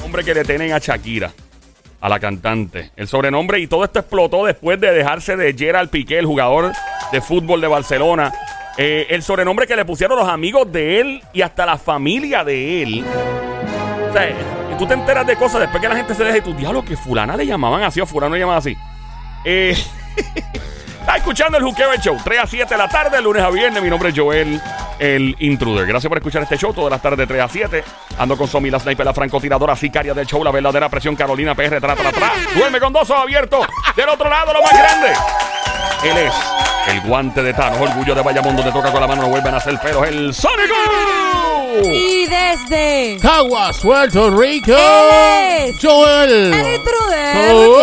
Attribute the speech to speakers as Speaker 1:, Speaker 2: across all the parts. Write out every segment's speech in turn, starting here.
Speaker 1: nombre que le tienen a Shakira, a la cantante. El sobrenombre y todo esto explotó después de dejarse de Gerald Piqué, el jugador de fútbol de Barcelona. Eh, el sobrenombre que le pusieron los amigos de él y hasta la familia de él. O sea, y tú te enteras de cosas después que la gente se deja y tú, diablo, que fulana le llamaban así o fulano le llamaban así. Eh, está escuchando el Juqueo del Show, 3 a 7 de la tarde, lunes a viernes. Mi nombre es Joel, el intruder. Gracias por escuchar este show todas las tardes, 3 a 7. Ando con Somi, la sniper, la francotiradora, sicaria del show, la verdadera presión, Carolina PR, tra, tra, tra. Duerme con dos ojos abiertos. Del otro lado, lo más grande. Él es el guante de Thanos, orgullo de Bayamón, donde toca con la mano, no vuelven a hacer pelos. El Sónico.
Speaker 2: Y desde
Speaker 3: Caguas, Puerto Rico.
Speaker 2: Él es
Speaker 3: Joel.
Speaker 2: el
Speaker 1: Oh.
Speaker 2: intruder.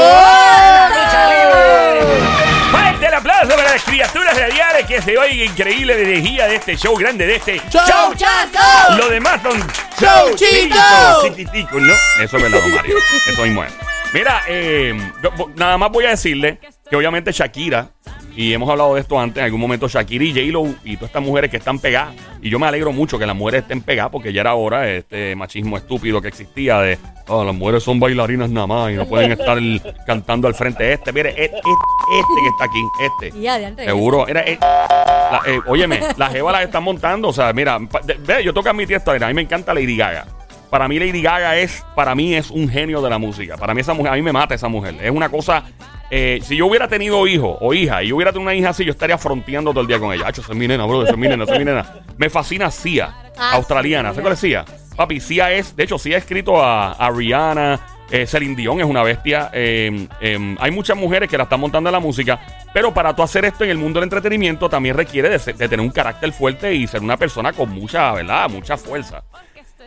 Speaker 1: Fuerte el aplauso para las criaturas radiales que se oiga increíble de energía de este show grande de este
Speaker 3: Chau,
Speaker 2: ¡Chazo!
Speaker 1: Lo demás son
Speaker 3: Show, chico.
Speaker 1: chiquiticos, ¿no? Eso es verdad, don Mario. Eso mismo es. Mira, eh, yo- bo- nada más voy a decirle que obviamente Shakira, y hemos hablado de esto antes en algún momento, Shakira y J-Lo y todas estas mujeres que están pegadas. Y yo me alegro mucho que las mujeres estén pegadas porque ya era hora de este machismo estúpido que existía de "Ah, las mujeres son bailarinas nada más y no pueden estar cantando al frente. Este, mire, e- este, este que está aquí, este.
Speaker 2: Y ya, de antes.
Speaker 1: Seguro. Mira, eh, la- eh, óyeme, las jevas las están montando. O sea, mira, pa- de- ve, yo toco admitir esto. mira, A mí me encanta Lady Gaga. Para mí Lady Gaga es, para mí es un genio de la música. Para mí esa mujer, a mí me mata esa mujer. Es una cosa, eh, si yo hubiera tenido hijo o hija y yo hubiera tenido una hija así, yo estaría fronteando todo el día con ella. Acho, esa es mi nena, bro, esa es mi nena, esa es mi nena. Me fascina Sia,
Speaker 2: Ah,
Speaker 1: australiana. ¿Sabes cuál es Sia? Papi, Sia es, de hecho, Sia ha escrito a, a Rihanna, eh, Celine Dion es una bestia. eh, eh, hay muchas mujeres que la están montando en la música, pero para tú hacer esto en el mundo del entretenimiento también requiere de, ser- de tener un carácter fuerte y ser una persona con mucha, ¿verdad? Mucha fuerza.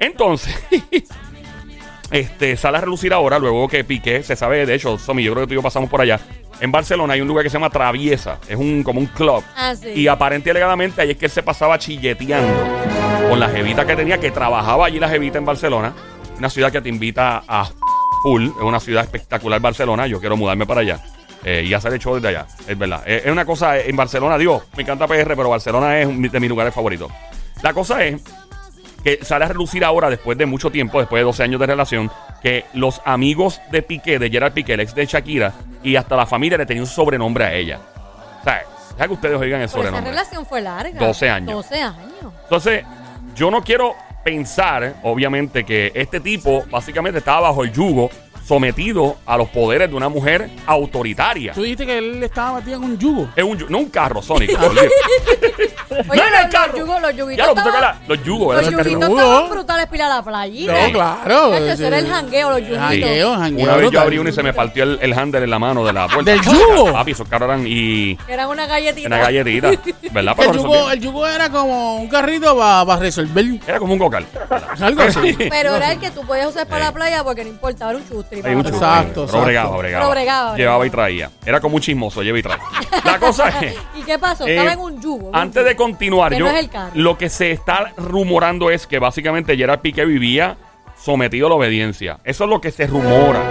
Speaker 1: Entonces, este, sale a relucir ahora, luego que Piqué, se sabe, de hecho, Somi, yo creo que tú y yo pasamos por allá. En Barcelona hay un lugar que se llama Traviesa, es un como un club.
Speaker 2: Ah, sí.
Speaker 1: Y aparente y alegadamente ahí es que él se pasaba chilleteando con la jevita que tenía, que trabajaba allí la jevita en Barcelona. Una ciudad que te invita a full, es una ciudad espectacular Barcelona, yo quiero mudarme para allá. eh, y hacer el show desde allá, es verdad. Es, es una cosa, eh, en Barcelona, Dios, me encanta PR, pero Barcelona es un- de mis lugares favoritos. La cosa es que sale a relucir ahora, después de mucho tiempo, después de 12 años de relación, que los amigos de Piqué, de Gerard Piqué, el ex de Shakira, y hasta la familia le tenía un sobrenombre a ella. O sea, deja que ustedes oigan el
Speaker 2: Pero esa
Speaker 1: sobrenombre.
Speaker 2: relación fue larga.
Speaker 1: 12 años.
Speaker 2: 12 años.
Speaker 1: Entonces, yo no quiero pensar, obviamente, que este tipo básicamente estaba bajo el yugo, sometido a los poderes de una mujer autoritaria.
Speaker 3: Tú dijiste que él estaba metido en un yugo.
Speaker 1: Es un, yu- no un carro, Sonic. olvídate. ¡No en
Speaker 2: pero
Speaker 1: el carro!
Speaker 2: Los yugos, los yuguitos
Speaker 1: ya lo que toca
Speaker 2: estaban-
Speaker 1: la- los yugos, ¿verdad?
Speaker 2: Los
Speaker 1: Ese término.
Speaker 2: yuguitos
Speaker 3: rudo.
Speaker 2: estaban brutales para ir a la playita.
Speaker 1: No,
Speaker 3: Oh, claro.
Speaker 2: Cacho, eso era el jangueo, los yuguitos.
Speaker 3: Jangueo, jangueo.
Speaker 1: Una vez yo
Speaker 3: brutal.
Speaker 1: abrí uno y se me partió el, el handle en la mano de la puerta.
Speaker 3: ¿Del yugo?
Speaker 1: Papi, esos carros eran y
Speaker 2: Que eran una galletita.
Speaker 1: una galletita. ¿Verdad? Pero
Speaker 3: El
Speaker 1: resolvieron.
Speaker 3: yugo, el yugo era como un carrito para resolver
Speaker 1: Era como un gocal.
Speaker 3: algo así.
Speaker 2: Pero era el que tú podías usar para
Speaker 1: Sí.
Speaker 2: la playa porque no importaba, era un chustri.
Speaker 1: Hay un
Speaker 2: papá.
Speaker 1: chusco
Speaker 3: Exacto,
Speaker 1: ahí, pero
Speaker 3: exacto.
Speaker 1: bregaba, bregaba.
Speaker 2: Pero bregaba,
Speaker 1: Llevaba
Speaker 2: bregaba.
Speaker 1: y traía. Era como un chismoso, lleva y trae. La cosa es.
Speaker 2: ¿Y qué pasó?
Speaker 1: eh,
Speaker 2: Estaba en un yugo. un
Speaker 1: Antes
Speaker 2: yugo.
Speaker 1: de continuar,
Speaker 2: Que
Speaker 1: yo,
Speaker 2: no es el carro.
Speaker 1: lo que se está rumorando es que básicamente Gerard Piqué vivía sometido a la obediencia. Eso es lo que se rumora.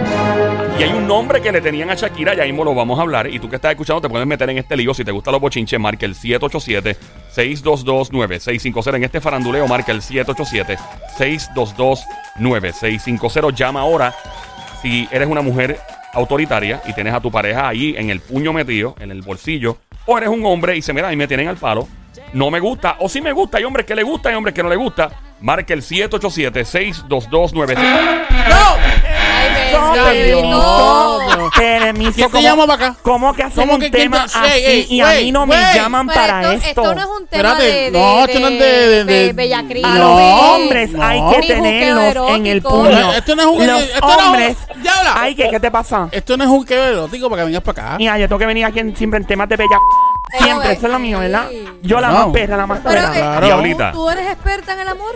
Speaker 1: Y hay un nombre que le tenían a Shakira, ya mismo lo vamos a hablar. Y tú que estás escuchando te puedes meter en este lío. Si te gustan los bochinches, marca el 787-622-9650. En este faranduleo marca el 787-622-9650. Llama ahora si eres una mujer autoritaria y tienes a tu pareja ahí en el puño metido, en el bolsillo, o eres un hombre y dice, mira, ahí me tienen al palo, no me gusta, o si me gusta, hay hombres que le gusta, hay hombres que no le gusta, marca el 787-622-9.
Speaker 2: Ay,
Speaker 3: Ya, Dios,
Speaker 2: bendito.
Speaker 3: no.
Speaker 4: Permiso,
Speaker 3: ¿Quién te
Speaker 4: ¿cómo-
Speaker 3: llama para acá?
Speaker 4: ¿Cómo que hacen
Speaker 3: ¿Cómo
Speaker 4: un
Speaker 3: que quién
Speaker 4: tema
Speaker 3: te-
Speaker 4: así
Speaker 3: Ey, ey,
Speaker 4: y a
Speaker 3: güey,
Speaker 4: mí no me
Speaker 3: güey.
Speaker 4: llaman
Speaker 2: Pero
Speaker 4: para
Speaker 2: esto,
Speaker 4: esto?
Speaker 2: esto no es un tema
Speaker 3: Espérate,
Speaker 2: de,
Speaker 3: no, esto no es de- de- de-
Speaker 2: bellacriz.
Speaker 4: A
Speaker 3: No.
Speaker 4: los
Speaker 2: eh,
Speaker 4: hombres hay
Speaker 3: no.
Speaker 4: que
Speaker 2: Ni juqueo
Speaker 4: tenerlos en el
Speaker 2: erótico.
Speaker 4: puño.
Speaker 3: Esto no es un-
Speaker 4: Los
Speaker 3: esto no es un-
Speaker 4: hombres.
Speaker 3: Ya habla.
Speaker 4: Ay, ¿qué, ¿qué te pasa?
Speaker 3: Esto no es un queo erótico para que vengas para acá.
Speaker 4: Mira, yo tengo que venir aquí en- siempre en temas de bella.
Speaker 2: Pero,
Speaker 4: Siempre, eso es lo mío, ¿verdad?
Speaker 2: sí.
Speaker 4: Yo la
Speaker 3: No.
Speaker 4: más perra, la más
Speaker 2: Pero, eh,
Speaker 4: perra.
Speaker 3: Claro.
Speaker 1: Diablita.
Speaker 2: ¿tú, tú eres experta en el amor?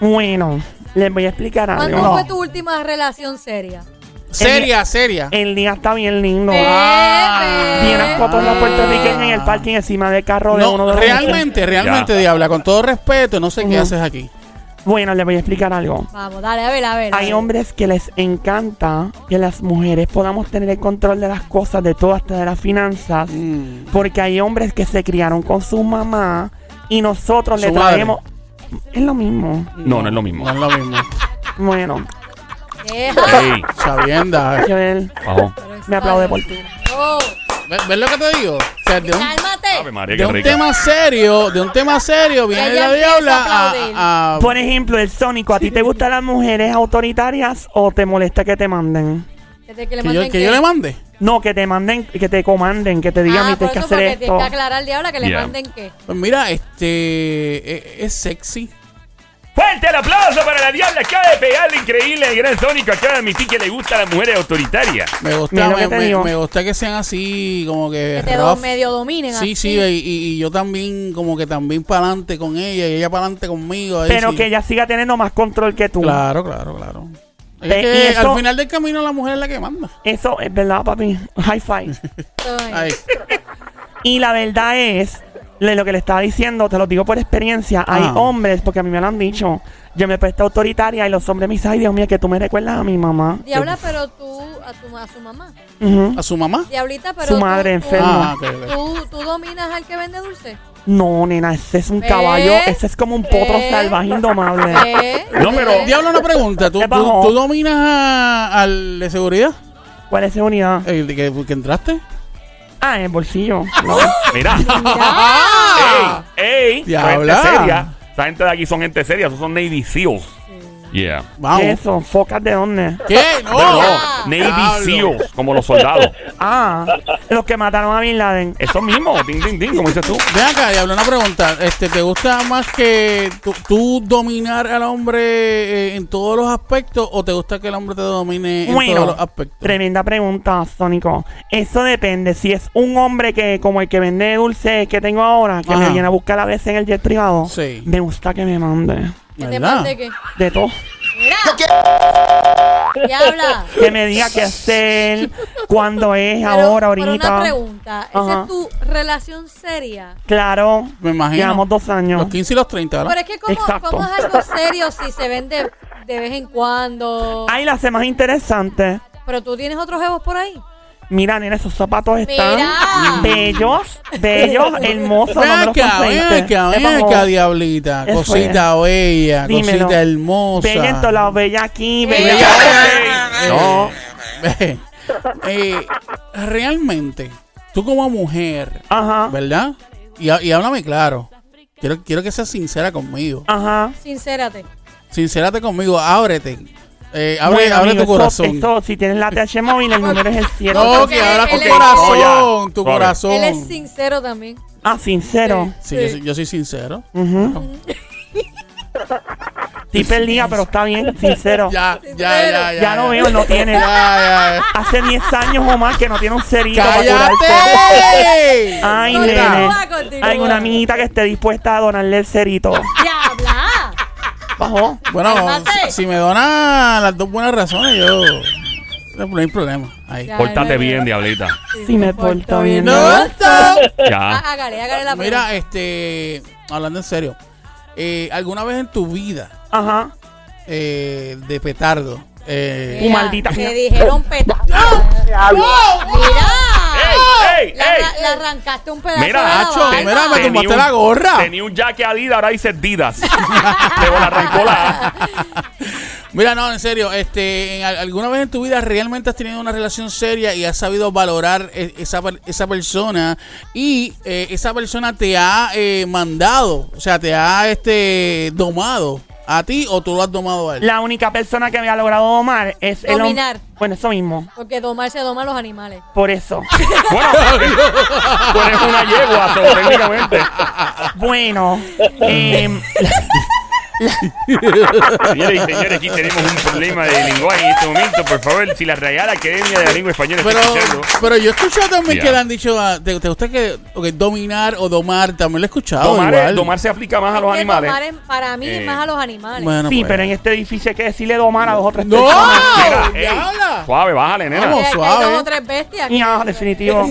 Speaker 4: Bueno, les voy a explicar
Speaker 2: ¿Cuándo
Speaker 4: algo.
Speaker 2: fue tu última relación seria?
Speaker 3: Seria, seria.
Speaker 4: El día está bien lindo.
Speaker 2: Eh.
Speaker 3: ah,
Speaker 2: Bebé.
Speaker 4: Bien las fotos de los
Speaker 3: Ah.
Speaker 4: puertorriqueños en el parking encima del carro de uno de
Speaker 3: No,
Speaker 4: los
Speaker 3: realmente, realmente,
Speaker 1: Ya.
Speaker 3: Diabla, con todo respeto, no sé qué
Speaker 4: Ujú.
Speaker 3: haces aquí.
Speaker 4: Bueno, les voy a explicar algo.
Speaker 2: Vamos, dale, a ver, a ver. a
Speaker 4: Hay
Speaker 2: ver.
Speaker 4: hombres que les encanta que las mujeres podamos tener el control de las cosas, de todo, hasta de las finanzas.
Speaker 3: Mm,
Speaker 4: Porque hay hombres que se criaron con su mamá y nosotros le
Speaker 3: Su madre.
Speaker 4: traemos... Es lo mismo.
Speaker 1: No, no es lo mismo.
Speaker 3: No es lo mismo.
Speaker 4: Bueno,
Speaker 2: Deja.
Speaker 1: Ey,
Speaker 3: Sabienda.
Speaker 4: Joel,
Speaker 1: bajón.
Speaker 4: me aplaude por ti.
Speaker 2: Oh,
Speaker 3: ¿Ves ves lo que te digo? O sea, de un,
Speaker 1: Ave
Speaker 2: cálmate.
Speaker 1: María,
Speaker 3: de
Speaker 1: qué
Speaker 3: un
Speaker 1: rico.
Speaker 3: tema serio, de un tema serio, viene
Speaker 2: Ella
Speaker 3: la
Speaker 2: empieza
Speaker 3: diabla
Speaker 2: a
Speaker 3: a-
Speaker 2: aplaudir.
Speaker 3: a- a
Speaker 4: Por ejemplo, el Sónico, ¿a ti te gustan las mujeres autoritarias o te molesta que te manden?
Speaker 2: Desde que le
Speaker 3: pues, que yo,
Speaker 2: manden
Speaker 3: que yo le mande.
Speaker 4: No, que te manden, que te comanden, que te digan,
Speaker 2: Ah,
Speaker 4: "Mira,
Speaker 2: por
Speaker 4: tienes que
Speaker 2: eso
Speaker 4: hacer
Speaker 2: para que
Speaker 4: esto.
Speaker 2: tienes que aclarar al diablo que le
Speaker 1: Yeah.
Speaker 2: manden qué.
Speaker 3: Pues mira, este. Es, es sexy.
Speaker 1: Fuerte el aplauso para la diabla. Acaba de pegar la increíble el gran Sónico. Acaba de admitir que le gusta a las mujeres autoritarias.
Speaker 3: Me
Speaker 4: Mira
Speaker 3: gusta,
Speaker 4: lo que
Speaker 3: me,
Speaker 4: te
Speaker 3: me-
Speaker 4: digo.
Speaker 3: me gusta que sean así, como que.
Speaker 2: Que te
Speaker 3: rough.
Speaker 2: do, medio dominen.
Speaker 3: Sí,
Speaker 2: así.
Speaker 3: sí, y, y- y yo también, como que también para adelante con ella y ella para adelante conmigo. ahí
Speaker 4: Pero
Speaker 3: sí.
Speaker 4: que ella siga teniendo más control que tú.
Speaker 3: Claro, claro, claro. Es
Speaker 4: Ve,
Speaker 3: que
Speaker 4: y eso-
Speaker 3: al final del camino la mujer es la que manda.
Speaker 4: Eso es verdad, papi. High five.
Speaker 2: Ay.
Speaker 3: Ahí.
Speaker 4: y la verdad es, le- lo que le estaba diciendo, te lo digo por experiencia, hay
Speaker 3: Ah.
Speaker 4: hombres, porque a mí me lo han dicho, yo me presto autoritaria y los hombres me dicen, ay Dios mío, que tú me recuerdas a mi mamá.
Speaker 2: Diabla, pero tú, a, tu, a su mamá.
Speaker 4: Ujú.
Speaker 3: A su mamá.
Speaker 2: Diablita, pero
Speaker 4: Su
Speaker 2: tú-
Speaker 4: madre
Speaker 2: tú,
Speaker 4: enferma.
Speaker 3: Ah, ok, ok.
Speaker 2: ¿Tú, tú dominas al que vende dulce?
Speaker 4: No, nena, ese es un
Speaker 2: ¿Ves?
Speaker 4: caballo, ese es como un potro
Speaker 2: ¿Ves?
Speaker 4: salvaje indomable.
Speaker 2: ¿Eh?
Speaker 1: No, pero-
Speaker 3: Diablo, una pregunta. ¿Tú,
Speaker 4: Es
Speaker 3: tú,
Speaker 4: bajo.
Speaker 3: tú dominas a- al de seguridad?
Speaker 4: ¿Cuál es esa unidad?
Speaker 3: ¿El de que, que entraste?
Speaker 4: Ah, en el bolsillo.
Speaker 1: Mira.
Speaker 2: ¡Ah!
Speaker 1: ¡Ey! ¡Ey! Esa gente
Speaker 3: Diabla.
Speaker 1: seria. Esa gente de aquí son gente seria. Esos son Navy SEALs. Yeah.
Speaker 3: Vamos.
Speaker 4: ¿Qué es eso? ¿Focas de dónde?
Speaker 3: ¿Qué?
Speaker 2: Oh.
Speaker 1: No,
Speaker 3: No.
Speaker 1: Navy
Speaker 3: Diablo.
Speaker 1: SEALs, como los soldados.
Speaker 4: Ah, los que mataron a Bin Laden.
Speaker 1: Esos mismos, ding, ding, ding, como dices tú.
Speaker 3: Ven acá, Diablo, una pregunta. Este, ¿Te gusta más que tú, tú dominar al hombre eh, en todos los aspectos o te gusta que el hombre te domine en
Speaker 4: Bueno,
Speaker 3: todos los aspectos?
Speaker 4: tremenda pregunta, Sónico. Eso depende. Si es un hombre que, como el que vende dulce que tengo ahora, que me
Speaker 3: Ajá.
Speaker 4: viene a buscar a veces en el jet privado,
Speaker 3: Sí.
Speaker 4: me gusta que me mande
Speaker 2: ¿Que te
Speaker 3: ¿Verdad?
Speaker 2: mande qué?
Speaker 4: de todo.
Speaker 2: ¡Mira! Diabla.
Speaker 4: Que me diga qué hacer, cuándo es,
Speaker 2: Pero-
Speaker 4: ahora,
Speaker 2: Pero una
Speaker 4: ahorita.
Speaker 2: pregunta. ¿Esa
Speaker 4: Ajá.
Speaker 2: es tu relación seria?
Speaker 4: Claro,
Speaker 3: Me imagino.
Speaker 4: llevamos dos años.
Speaker 3: Los 15 y los 30, ¿no?
Speaker 2: Pero es que ¿cómo,
Speaker 4: Exacto.
Speaker 2: cómo es algo serio si se vende de vez en cuando?
Speaker 4: Ay, la hace más interesante.
Speaker 2: Pero tú tienes otros jevos por ahí.
Speaker 4: Mira, nena, esos zapatos están
Speaker 2: Mira.
Speaker 4: bellos, bellos, hermosos. no me los
Speaker 3: Venga,
Speaker 4: conseguiste.
Speaker 3: venga,
Speaker 4: Es
Speaker 3: venga,
Speaker 4: como
Speaker 3: diablita.
Speaker 4: Eso
Speaker 3: Cosita bella,
Speaker 4: Dímelo.
Speaker 3: cosita hermosa.
Speaker 4: Bella en todos lados, bella aquí, bella.
Speaker 2: Bella.
Speaker 3: Eh,
Speaker 1: No.
Speaker 3: eh, eh, realmente, tú como mujer,
Speaker 4: Ajá,
Speaker 3: ¿verdad? Y, ha- y háblame claro. Quiero, quiero que seas sincera conmigo.
Speaker 4: ajá.
Speaker 2: Sincérate.
Speaker 3: Sincérate conmigo, ábrete. Eh, abre,
Speaker 4: Bueno,
Speaker 3: abre
Speaker 4: amigo,
Speaker 3: tu
Speaker 4: eso-
Speaker 3: corazón.
Speaker 4: eso, si tienes la TH móvil, el número es el 7.
Speaker 3: No,
Speaker 2: Porque
Speaker 3: que abras
Speaker 2: él
Speaker 3: tu
Speaker 2: es-
Speaker 3: corazón, tu
Speaker 1: Sorry.
Speaker 3: corazón.
Speaker 2: Él es sincero también.
Speaker 4: Ah, sincero.
Speaker 3: Sí, yo, soy- yo soy sincero.
Speaker 4: Ujú. Sí, perdida, pero está bien, sincero. Ya,
Speaker 3: Ya, ya, ya, ya.
Speaker 4: lo veo, no tiene.
Speaker 3: Ya, ya,
Speaker 4: Hace 10 años o más que no tiene un cerito. para curarse.
Speaker 3: ¡Cállate!
Speaker 4: Ay,
Speaker 2: Continúa,
Speaker 4: nene.
Speaker 2: continúa.
Speaker 4: Hay una amiguita que esté dispuesta a donarle el cerito.
Speaker 2: ¡Diabla!
Speaker 4: Bajó.
Speaker 3: Bueno,
Speaker 2: Cálmate.
Speaker 3: si- si me dona las dos buenas razones, yo. No hay problema. Ahí.
Speaker 2: Ya,
Speaker 1: Pórtate
Speaker 2: no,
Speaker 1: bien, diablita.
Speaker 4: Si me porto bien.
Speaker 3: No, no.
Speaker 1: Ya.
Speaker 2: Ah, hágale, hágale la pregunta.
Speaker 3: Mira, este. Hablando en serio. eh, ¿Alguna vez en tu vida
Speaker 4: Ajá.
Speaker 3: eh, de petardo? eh,
Speaker 2: Mira,
Speaker 4: maldita
Speaker 2: Te
Speaker 4: mía.
Speaker 2: dijeron peta. ¡Mira!
Speaker 1: ¡Ey, ey,
Speaker 2: La,
Speaker 1: ey!
Speaker 2: la- le arrancaste un pedazo
Speaker 1: Mira,
Speaker 2: de la
Speaker 1: Nacho,
Speaker 3: Nacho,
Speaker 2: barba.
Speaker 3: mira, me
Speaker 1: Tenía
Speaker 3: tomaste
Speaker 1: un-
Speaker 3: la gorra.
Speaker 1: Tenía un jaque Adidas, ahora dice Didas. Te la arrancó la A.
Speaker 3: Mira, no, en serio, este, en al- ¿alguna vez en tu vida realmente has tenido una relación seria y has sabido valorar e- esa, per- esa persona y eh, esa persona te ha eh, mandado, o sea, te ha este, domado a ti o tú lo has domado a él?
Speaker 4: La única persona que me ha logrado domar es el hom-
Speaker 2: Dominar.
Speaker 4: Bueno, eso mismo.
Speaker 2: Porque domar se doma a los animales.
Speaker 4: Por eso.
Speaker 1: Bueno, tú eres una yegua, so, técnicamente.
Speaker 4: Bueno, em,
Speaker 1: Señores y señores, aquí tenemos un problema de lenguaje en este momento. Por favor, si la Real Academia de la Lengua Española
Speaker 3: Pero,
Speaker 1: está escuchando.
Speaker 3: pero yo he escuchado también
Speaker 1: Ya.
Speaker 3: que le han dicho, a- ¿te, te gusta que ok, dominar o domar? También lo he escuchado.
Speaker 1: Domar,
Speaker 3: Ah, igual.
Speaker 1: domar se aplica más a
Speaker 2: Es
Speaker 1: los
Speaker 2: que
Speaker 1: animales.
Speaker 2: domar es- para mí es
Speaker 1: Eh,
Speaker 2: más a los animales.
Speaker 3: Bueno,
Speaker 4: sí,
Speaker 3: pues.
Speaker 4: pero en este edificio hay que decirle domar a dos o tres
Speaker 3: ¡No!
Speaker 4: personas.
Speaker 1: Mira,
Speaker 3: ¡Ya
Speaker 1: ey,
Speaker 3: habla!
Speaker 1: suave, bájale, nena.
Speaker 3: Vamos.
Speaker 2: Que hay- que hay
Speaker 3: suave.
Speaker 2: dos o tres bestias.
Speaker 4: No, definitivo.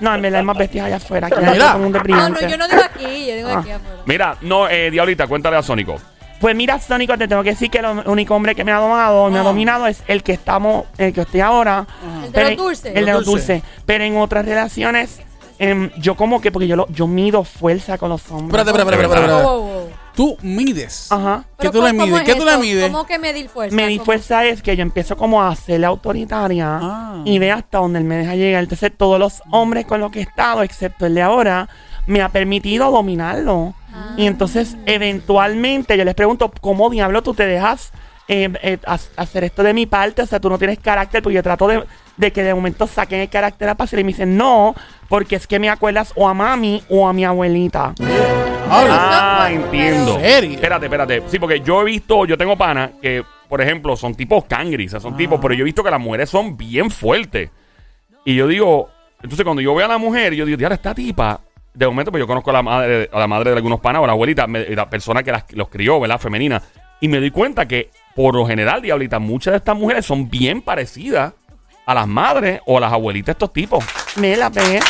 Speaker 4: No, en verdad hay más bestias allá afuera. Que
Speaker 3: Mira.
Speaker 4: todo el mundo es
Speaker 2: No,
Speaker 4: brillante.
Speaker 2: Ah, no, yo no digo aquí, yo digo
Speaker 4: Ah.
Speaker 2: aquí afuera.
Speaker 1: Mira, no, eh, Diablita, cuéntale a Sónico.
Speaker 4: Pues mira, Sónico, te tengo que decir que el único hombre que me ha domado, me ha
Speaker 3: Ah.
Speaker 4: dominado es el que estamos, el que estoy ahora.
Speaker 2: Ah. El de
Speaker 4: Pero
Speaker 2: los
Speaker 4: en-
Speaker 2: dulces.
Speaker 4: El de los
Speaker 3: Los dulces.
Speaker 4: dulces. Pero en otras relaciones, em, yo como que, porque yo, lo, yo mido fuerza con los hombres.
Speaker 3: Espérate, espérate, espérate, espérate,
Speaker 2: Wow,
Speaker 3: espérate.
Speaker 2: wow, wow.
Speaker 3: tú mides.
Speaker 4: Ajá.
Speaker 3: ¿Qué
Speaker 2: Pero
Speaker 3: tú le
Speaker 2: ¿cómo- cómo
Speaker 3: mides?
Speaker 2: es
Speaker 3: ¿Qué tú le
Speaker 2: eso?
Speaker 3: mides?
Speaker 2: ¿Cómo que medir fuerza?
Speaker 4: Me di
Speaker 2: ¿Cómo?
Speaker 4: fuerza es que yo empiezo como a ser la autoritaria
Speaker 3: Ah.
Speaker 4: y ve hasta donde él me deja llegar. Entonces todos los hombres con los que he estado, excepto el de ahora, me ha permitido dominarlo. Y entonces eventualmente yo les pregunto, ¿cómo diablo tú te dejas eh, eh, ha- hacer esto de mi parte? O sea, tú no tienes carácter, porque yo trato de, de que de momento saquen el carácter a pasar y me dicen, no, porque es que me acuerdas o a mami o a mi abuelita.
Speaker 3: Habla.
Speaker 1: Ah,
Speaker 2: Pero-
Speaker 1: entiendo.
Speaker 3: ¿En serio?
Speaker 1: Espérate, espérate. Sí, porque yo he visto, yo tengo panas que, por ejemplo, son tipos cangris, o sea, son
Speaker 3: Ah.
Speaker 1: tipos, pero yo he visto que las mujeres son bien fuertes. Y yo digo, entonces cuando yo veo a la mujer, yo digo, ahora esta tipa, de momento, pues yo conozco a la madre, a la madre de algunos panas o la abuelita, me- la persona que las- los crió, ¿verdad? Femenina. Y me doy cuenta que, por lo general, diablita, muchas de estas mujeres son bien parecidas a las madres o a las abuelitas de estos tipos.
Speaker 4: Me la ve.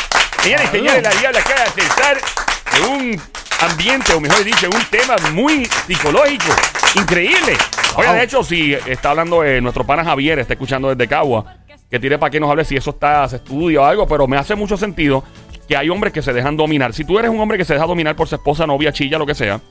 Speaker 1: Señores y señores, la diabla acaba de estar en un ambiente, o mejor dicho, en un tema muy psicológico, increíble. Oye, de hecho, si está hablando eh, nuestro pana Javier, está escuchando desde Cagua, que tire para que nos hable si eso está, se estudia o algo, pero me hace mucho sentido que hay hombres que se dejan dominar. Si tú eres un hombre que se deja dominar por su esposa, novia, chilla, lo que sea,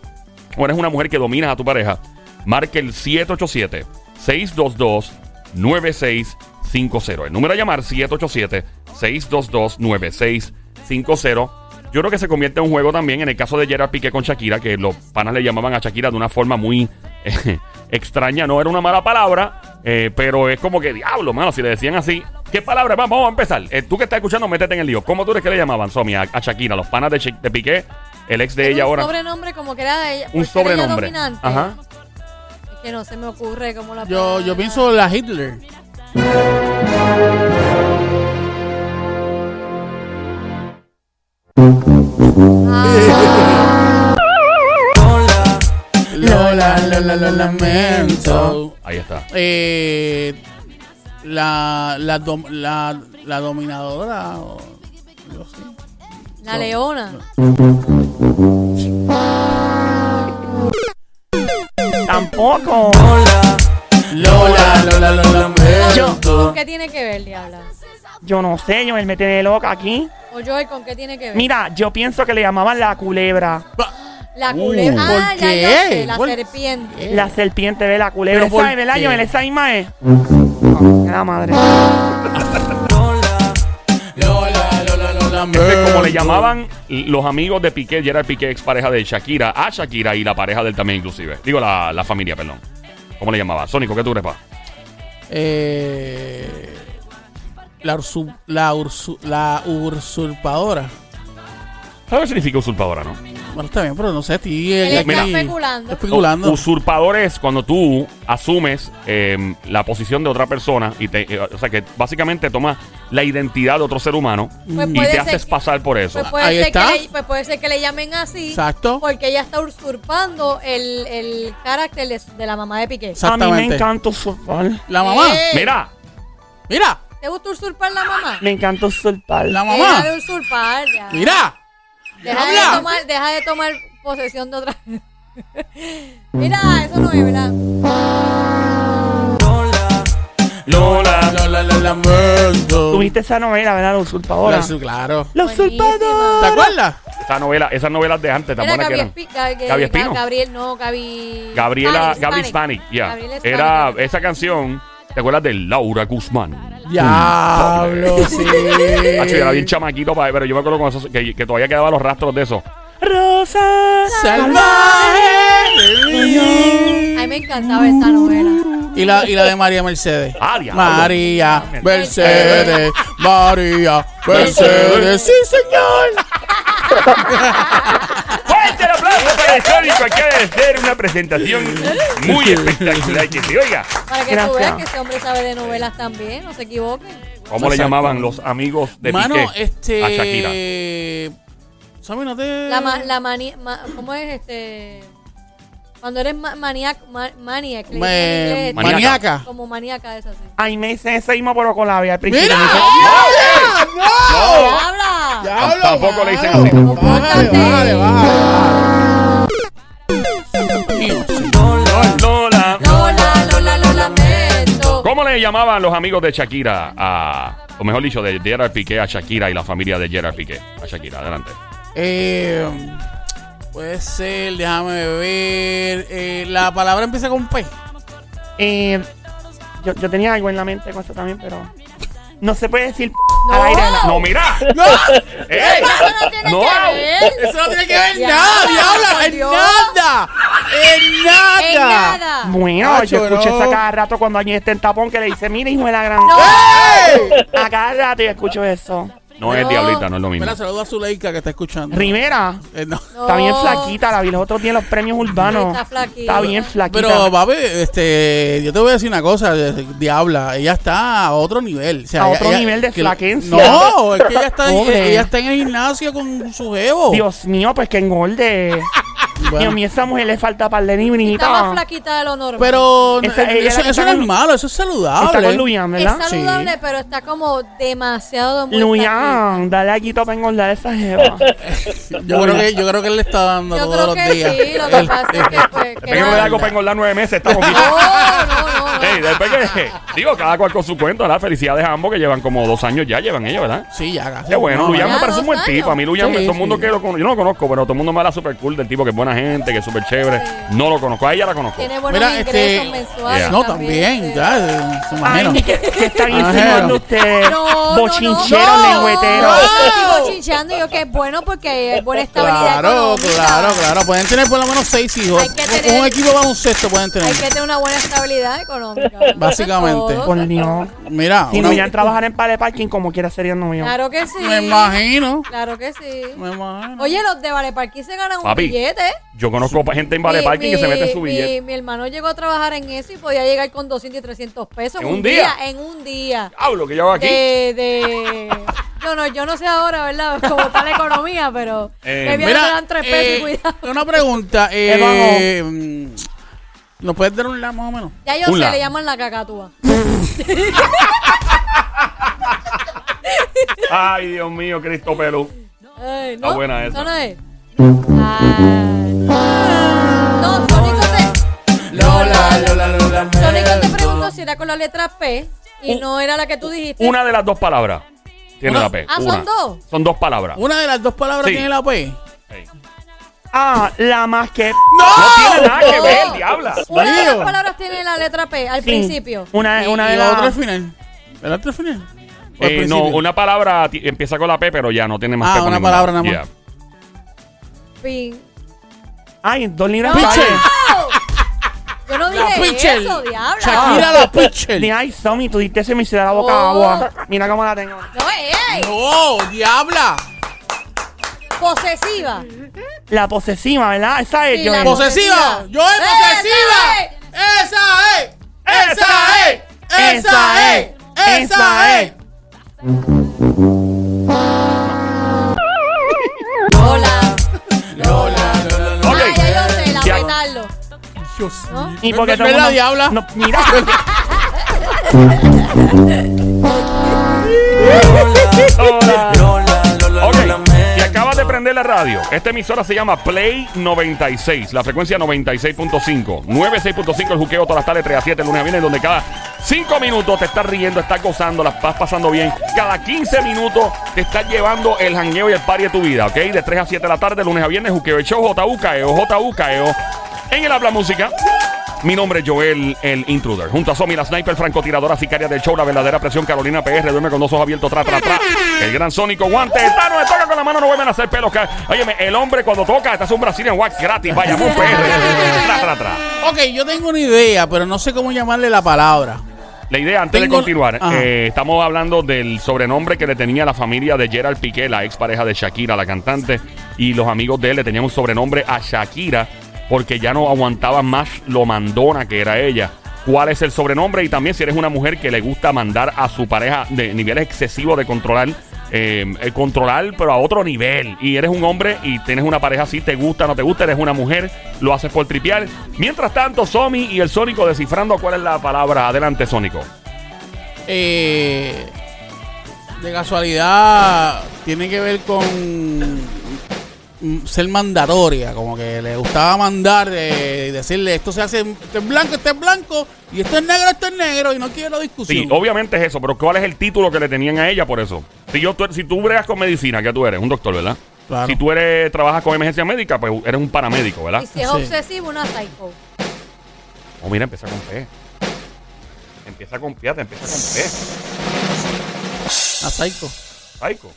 Speaker 1: o eres una mujer que dominas a tu pareja, marque el 787-622-9650. El número a llamar 787-622-9650. Yo creo que se convierte en un juego también en el caso de Gerard Piqué con Shakira, que los panas le llamaban a Shakira de una forma muy eh, extraña. No era una mala palabra, eh, pero es como que diablo, mano, si le decían así. ¿Qué palabra? Vamos, vamos a empezar. Eh, tú que estás escuchando, métete en el lío. ¿Cómo tú crees que le llamaban, Somi, a, a Shakira? Los panas de, Shak- de Piqué, el ex de
Speaker 2: Era
Speaker 1: ella
Speaker 2: un
Speaker 1: ahora.
Speaker 2: sobrenombre como que era de ella.
Speaker 1: Un
Speaker 2: porque era ella
Speaker 1: sobrenombre.
Speaker 2: dominante.
Speaker 1: Ajá.
Speaker 2: Es que no se me ocurre cómo la
Speaker 3: Yo, yo pienso la Hitler.
Speaker 2: Ah,
Speaker 3: Lola, Lola, lo lamento.
Speaker 1: Ahí está.
Speaker 3: Eh, la, la, dom- la, la dominadora. o- yo sé.
Speaker 2: la leona.
Speaker 4: Tampoco.
Speaker 3: Lola, Lola, lo
Speaker 2: ¿Con
Speaker 3: lamento.
Speaker 2: qué tiene que ver, Diabla?
Speaker 4: Yo no sé, yo él me tiene loca aquí.
Speaker 2: O Joel, ¿con qué tiene que ver?
Speaker 4: Mira, yo pienso que le llamaban la culebra.
Speaker 3: Pa-
Speaker 2: La
Speaker 1: Uh,
Speaker 2: culebra. ah,
Speaker 3: ¿por
Speaker 2: ya, yo
Speaker 3: qué?
Speaker 2: sé, la
Speaker 3: ¿Por-
Speaker 2: serpiente.
Speaker 4: La serpiente de la culebra.
Speaker 3: Eh. ¿Pero por
Speaker 4: ¿Sabes, verdad,
Speaker 3: qué?
Speaker 4: Joel? ¿Esa misma es? No, la madre.
Speaker 3: Lola, Lola, lo lamento.
Speaker 1: Este, como le llamaban los amigos de Piqué, Gerard Piqué, ex pareja de Shakira, a Shakira y la pareja de él también, inclusive. Digo, la, la familia, perdón. ¿Cómo le llamaba? Sónico, ¿qué tú crees, pa?
Speaker 3: Eh, la, ursu- la, ursu- la usurpadora.
Speaker 1: ¿Sabes qué significa usurpadora, no?
Speaker 3: Bueno, está bien, pero no sé, ti.
Speaker 2: Él
Speaker 1: está
Speaker 2: especulando.
Speaker 3: Especulando.
Speaker 1: Usurpador es cuando tú asumes eh, la posición de otra persona y te, eh, o sea, que básicamente tomas la identidad de otro ser humano
Speaker 2: Pues
Speaker 1: y
Speaker 2: puede
Speaker 1: te
Speaker 2: ser
Speaker 1: haces
Speaker 2: que-
Speaker 1: pasar por eso.
Speaker 2: Pues puede,
Speaker 3: Ahí
Speaker 2: ser
Speaker 3: está.
Speaker 2: Que le, pues puede ser que le llamen así.
Speaker 3: Exacto.
Speaker 2: Porque ella está usurpando el, el carácter de, de la mamá de Piqué.
Speaker 4: A mí me
Speaker 3: Exactamente.
Speaker 4: encanta usurpar.
Speaker 3: La mamá.
Speaker 2: Eh,
Speaker 1: Mira,
Speaker 3: Mira,
Speaker 2: ¿Te gusta usurpar la mamá?
Speaker 4: Me encanta usurpar.
Speaker 3: la
Speaker 2: Deja de
Speaker 3: mamá.
Speaker 2: usurpar ya.
Speaker 3: Mira.
Speaker 2: Deja
Speaker 3: habla.
Speaker 2: de, tomar, deja de tomar posesión de otra. Mira, eso no es, ¿verdad?
Speaker 1: Lola.
Speaker 3: Lola, lo lamento.
Speaker 4: Tuviste esa novela, ¿verdad? La usurpadora.
Speaker 3: Claro, claro.
Speaker 4: La
Speaker 2: Buenísima.
Speaker 3: ¿Te
Speaker 4: usurpadora.
Speaker 3: acuerdas?
Speaker 1: Esa novela, esas novelas de antes tan
Speaker 2: Era
Speaker 1: buenas que
Speaker 2: Gabriel,
Speaker 1: eran.
Speaker 2: Pi- Ga- Ga-
Speaker 1: Gaby
Speaker 2: Ga-
Speaker 1: Espino.
Speaker 2: Gabriel, no, Gaby.
Speaker 1: Gabriela, Gaby Hispanic,
Speaker 2: Spanic,
Speaker 1: ya.
Speaker 2: Gabriel Hispanic.
Speaker 1: Era eh, esa canción, ¿te acuerdas de Laura Guzmán?
Speaker 3: Diablo, sí.
Speaker 1: Hacho, yo era bien chamaquito, pa- pero yo me acuerdo con eso, que, que todavía quedaban los rastros de eso.
Speaker 4: Rosa.
Speaker 3: Salvaje.
Speaker 2: A mí me encantaba esa novela.
Speaker 3: Y la, y la de María Mercedes.
Speaker 1: Ah, diablo.
Speaker 3: María Mercedes. María Mercedes. Sí, señor.
Speaker 1: ¡Fuerte el aplauso para el Sónico! Acaba de hacer una presentación muy espectacular. Que se oiga.
Speaker 2: Para que tú
Speaker 4: Gracias.
Speaker 2: veas que ese hombre sabe de novelas también, no se equivoquen.
Speaker 1: ¿Cómo le
Speaker 3: Exacto.
Speaker 1: llamaban los amigos de
Speaker 3: Mano,
Speaker 1: Piqué
Speaker 3: este.
Speaker 1: a Shakira?
Speaker 3: Sammy, no te.
Speaker 2: La, ma- la mani- ma- ¿Cómo es este? Cuando eres ma- maniac, ma- maniac, le dicen en
Speaker 3: Me-
Speaker 2: inglés, este,
Speaker 3: Maníaca.
Speaker 2: Como maníaca es así.
Speaker 4: Ahí me dicen ese mismo, pero con la vida al principio.
Speaker 3: ¡Mira!
Speaker 4: Me dicen,
Speaker 3: ¡No!
Speaker 2: ¡Habla!
Speaker 3: Diablo,
Speaker 1: Tampoco le dicen
Speaker 3: mano.
Speaker 1: así.
Speaker 3: Bájale, bájale, bájale.
Speaker 1: Lola.
Speaker 2: Lola, Lola, lo lamento.
Speaker 1: ¿Cómo le llamaban los amigos de Shakira a. O mejor dicho, de Gerard Piqué a Shakira y la familia de Gerard Piqué a Shakira? Adelante.
Speaker 3: Eh, Puede ser, déjame ver. eh, la palabra empieza con P.
Speaker 4: Eh, yo, yo tenía algo en la mente con eso también, pero. No se puede decir p-
Speaker 2: No.
Speaker 4: al aire. No,
Speaker 1: No, mira.
Speaker 3: ¡No!
Speaker 1: ¡Oh! ¡Ey!
Speaker 2: Eso no tiene
Speaker 1: No.
Speaker 2: que ver.
Speaker 3: Eso no tiene que ver
Speaker 2: Ya,
Speaker 3: nada,
Speaker 2: por
Speaker 3: diabla. En
Speaker 2: Dios.
Speaker 3: nada. En nada.
Speaker 2: En nada.
Speaker 4: Bueno, yo
Speaker 3: Acho,
Speaker 4: escuché
Speaker 3: no.
Speaker 4: eso a cada rato cuando alguien está en tapón que le dice, mira, hijo de la gran.
Speaker 2: No.
Speaker 3: ¡Ey!
Speaker 4: A cada rato yo escucho eso.
Speaker 1: No es
Speaker 2: No.
Speaker 1: diablita, no es lo mismo.
Speaker 3: Mira, saludo a Zuleika que está escuchando.
Speaker 4: Rivera,
Speaker 3: Eh, no.
Speaker 2: No.
Speaker 4: está bien flaquita, la vi los otros días en los premios urbanos.
Speaker 2: Está flaquita.
Speaker 4: bien flaquita.
Speaker 3: Pero, papi, este, yo te voy a decir una cosa, eh, Diabla, ella está a otro nivel. o sea,
Speaker 4: A
Speaker 3: ella-
Speaker 4: otro
Speaker 3: ella-
Speaker 4: nivel de
Speaker 3: que lo-
Speaker 4: flaquencia.
Speaker 3: No, es que ella está,
Speaker 4: Pobre.
Speaker 3: ella está en el gimnasio con su jevo.
Speaker 4: Dios mío, pues que engorde.
Speaker 3: Bueno,
Speaker 4: Dios mío, esa mujer le falta par de
Speaker 2: Está más
Speaker 4: libritas.
Speaker 2: flaquita de lo normal.
Speaker 3: Pero eh,
Speaker 4: Esa- ella es la
Speaker 3: eso,
Speaker 4: que
Speaker 3: eso
Speaker 4: está
Speaker 3: no es
Speaker 4: con-
Speaker 3: malo, eso es
Speaker 4: Está
Speaker 3: saludable.
Speaker 4: con Luyan, ¿verdad?
Speaker 2: es
Speaker 3: Sí.
Speaker 2: saludable, pero está como demasiado muy flaquita.
Speaker 4: Luyan, dale aquí para engordar a esa jeva.
Speaker 3: yo, creo que, yo creo que él le está dando
Speaker 2: Yo
Speaker 3: todos
Speaker 2: creo
Speaker 3: los
Speaker 2: que
Speaker 3: días.
Speaker 2: sí, lo que
Speaker 3: Él-
Speaker 2: pasa es que pues, que
Speaker 1: Después que no le
Speaker 2: nada.
Speaker 1: da algo para engordar nueve meses, estamos aquí.
Speaker 2: No, no, no, no.
Speaker 1: Ey, después que, digo, cada cual con su cuento, ¿verdad? Felicidades a ambos que llevan como dos años ya, llevan ellos, ¿verdad?
Speaker 3: Sí, ya casi.
Speaker 1: Qué bueno, Luyan
Speaker 2: ya
Speaker 1: me parece
Speaker 2: dos
Speaker 1: un buen
Speaker 2: años.
Speaker 1: tipo. A mí Luyan,
Speaker 3: Sí,
Speaker 1: me- todo
Speaker 3: sí.
Speaker 1: el mundo que lo cono- yo no lo conozco, pero todo el mundo me habla súper cool del tipo que es buena gente, que es súper chévere. No lo conozco, a ella la conozco.
Speaker 2: Tiene buenos
Speaker 3: Mira,
Speaker 2: ingresos
Speaker 3: este-
Speaker 2: mensuales.
Speaker 3: No, también,
Speaker 2: sí.
Speaker 3: ya, eh, se imagino.
Speaker 4: Ay, que, que están
Speaker 3: Ajá.
Speaker 4: insinuando ustedes.
Speaker 2: No,
Speaker 4: Bochincheros,
Speaker 2: no, no.
Speaker 4: lengüeteros.
Speaker 2: No,
Speaker 3: ¡No!
Speaker 2: estoy bochinchando y yo que es bueno porque hay buena estabilidad.
Speaker 3: Claro,
Speaker 2: económica.
Speaker 3: claro, claro. Pueden tener por lo menos seis hijos.
Speaker 2: Hay que
Speaker 3: Un-
Speaker 2: tener-
Speaker 3: Un equipo de baloncesto pueden tener.
Speaker 2: Hay que tener una buena estabilidad económica.
Speaker 3: Básicamente.
Speaker 2: Todo.
Speaker 4: Por Dios.
Speaker 3: Mira,
Speaker 4: Si
Speaker 3: una-
Speaker 4: Luyan trabajara en par de parking, como quiera sería novio.
Speaker 2: Claro que sí.
Speaker 3: me imagino.
Speaker 2: Claro que sí.
Speaker 3: Me imagino.
Speaker 2: Oye, los de Vale Parque se ganan un
Speaker 1: Papi,
Speaker 2: billete.
Speaker 1: Yo conozco pa- gente en Vale
Speaker 2: Mi-
Speaker 1: Parking que se
Speaker 2: mi-
Speaker 1: mete su
Speaker 2: mi-
Speaker 1: billete.
Speaker 2: Mi, hermano llegó a trabajar en eso y podía llegar con 200 y 300 pesos
Speaker 1: ¿En un día?
Speaker 2: En un día.
Speaker 1: Hablo que yo hago aquí.
Speaker 2: De, de... Yo, no, yo no sé ahora, ¿verdad? Cómo está la economía, pero...
Speaker 1: Eh,
Speaker 2: me
Speaker 3: Mira,
Speaker 2: dan 3 pesos y
Speaker 3: eh,
Speaker 2: cuidado.
Speaker 3: Una pregunta. Eh, mm, ¿Nos puedes dar un la más o menos?
Speaker 2: Ya yo
Speaker 1: Ula.
Speaker 2: sé, le llaman la cacatúa.
Speaker 1: Ay, Dios mío, Cristo Pelú.
Speaker 2: Ay,
Speaker 1: Está buena esa.
Speaker 2: No, no es. Ah. No, Sónico te...
Speaker 3: Lola,
Speaker 2: Sónico te preguntó si era con la letra P y no era la que tú dijiste.
Speaker 1: Una de las dos palabras tiene
Speaker 3: Una-
Speaker 1: la P.
Speaker 2: Ah, son
Speaker 1: una.
Speaker 2: dos.
Speaker 1: Son dos palabras.
Speaker 3: Una de las dos palabras
Speaker 1: Sí.
Speaker 3: tiene la P.
Speaker 1: Ey. No
Speaker 4: Ah, la más que.
Speaker 1: tiene nada que
Speaker 2: No.
Speaker 1: ver, diabla.
Speaker 2: Una de las
Speaker 3: Danilo.
Speaker 2: palabras tiene la letra P al
Speaker 4: Sí.
Speaker 2: principio.
Speaker 4: Una, una
Speaker 3: y
Speaker 4: de
Speaker 3: la
Speaker 4: las.
Speaker 3: otra es final. ¿La otra es final? ¿O al
Speaker 1: Eh, no,
Speaker 3: principio?
Speaker 1: una palabra ti- empieza con la P, pero ya no tiene más
Speaker 3: Ah,
Speaker 1: P con
Speaker 3: una
Speaker 1: ninguna.
Speaker 3: palabra nada más.
Speaker 1: Yeah.
Speaker 2: Fin.
Speaker 4: Ay, dos libras
Speaker 2: No.
Speaker 3: Pitcher.
Speaker 2: Yo no
Speaker 3: La
Speaker 2: dije
Speaker 3: pitcher.
Speaker 2: eso, diabla.
Speaker 3: Shakira
Speaker 1: Ah,
Speaker 3: la pitcher.
Speaker 4: Ay, Somi, tú diste eso y me hiciste la boca
Speaker 2: Oh.
Speaker 4: agua. Mira cómo la tengo.
Speaker 2: No, ey,
Speaker 3: No, diabla.
Speaker 2: posesiva.
Speaker 4: La posesiva, ¿verdad? Esa es
Speaker 2: Sí,
Speaker 4: Joel.
Speaker 2: la
Speaker 4: Pose-
Speaker 3: Posesiva.
Speaker 2: Posesiva.
Speaker 3: Yo es posesiva. Esa es. Esa es. Esa es. Esa es.
Speaker 2: Hola.
Speaker 3: Lola, Lola, Lola.
Speaker 1: Ok.
Speaker 2: Ah, ya yo sé, la
Speaker 1: Ya.
Speaker 2: petarlo.
Speaker 3: Dios
Speaker 2: ¿No?
Speaker 3: mío.
Speaker 4: Y porque
Speaker 3: ¿Ves
Speaker 4: todo el
Speaker 3: la
Speaker 4: mundo-
Speaker 3: diabla?
Speaker 4: No, mira.
Speaker 1: Hola. Ok, si acabas de prender la radio, esta emisora se llama Play 96, la frecuencia 96.5, 96.5 el juqueo todas las tardes, 3 a 7, lunes a viernes, donde cada 5 minutos te estás riendo, estás gozando, la estás pasando bien, cada 15 minutos te estás llevando el jangueo y el party de tu vida, ¿ok? De 3 a 7 de la tarde, lunes a viernes, juqueo el show, JUKEO, JUKEO, E en el Habla Música. Mi nombre es Joel, el intruder. Junto a Somi, la sniper francotiradora sicaria del show, la verdadera presión, Carolina PR, duerme con dos ojos abiertos, tra, tra, tra. El gran sónico guante, Tano, le toca con la mano, no vuelven a hacer pelos. ca- Óyeme, el hombre cuando toca, estás un Brazilian wax gratis, vaya, un PR. Tra, tra, tra.
Speaker 3: Ok, yo tengo una idea, pero no sé cómo llamarle la palabra.
Speaker 1: La idea, antes
Speaker 3: Tengo-
Speaker 1: de continuar,
Speaker 3: Ajá.
Speaker 1: eh, estamos hablando del sobrenombre que le tenía la familia de Gerald Piqué, la ex pareja de Shakira, la cantante, y los amigos de él le tenían un sobrenombre a Shakira porque ya no aguantaba más lo mandona que era ella. ¿Cuál es el sobrenombre? Y también si eres una mujer que le gusta mandar a su pareja de niveles excesivos de controlar, eh, eh, controlar pero a otro nivel. Y eres un hombre y tienes una pareja así, te gusta, no te gusta, eres una mujer, lo haces por tripear. Mientras tanto, Somi y el Sónico descifrando cuál es la palabra. Adelante, Sónico.
Speaker 3: Eh, de casualidad, tiene que ver con mm, ser mandatoria, como que le gustaba mandar, eh, decirle esto se hace, esto es blanco, esto es blanco, y esto es negro, esto es negro, y no quiero discusión.
Speaker 1: Sí, oh. obviamente es eso, pero ¿cuál es el título que le tenían a ella por eso? Si, yo, tú- si tú bregas con medicina, que tú eres? Un doctor, ¿verdad?
Speaker 3: Claro.
Speaker 1: Si tú eres, trabajas con emergencia médica, pues eres un paramédico, ¿verdad?
Speaker 2: Y si es
Speaker 3: Sí.
Speaker 2: obsesivo, una psycho.
Speaker 1: Oh, mira, empieza con P. Empieza con P, te empieza con
Speaker 3: A psycho.
Speaker 1: P. Psycho.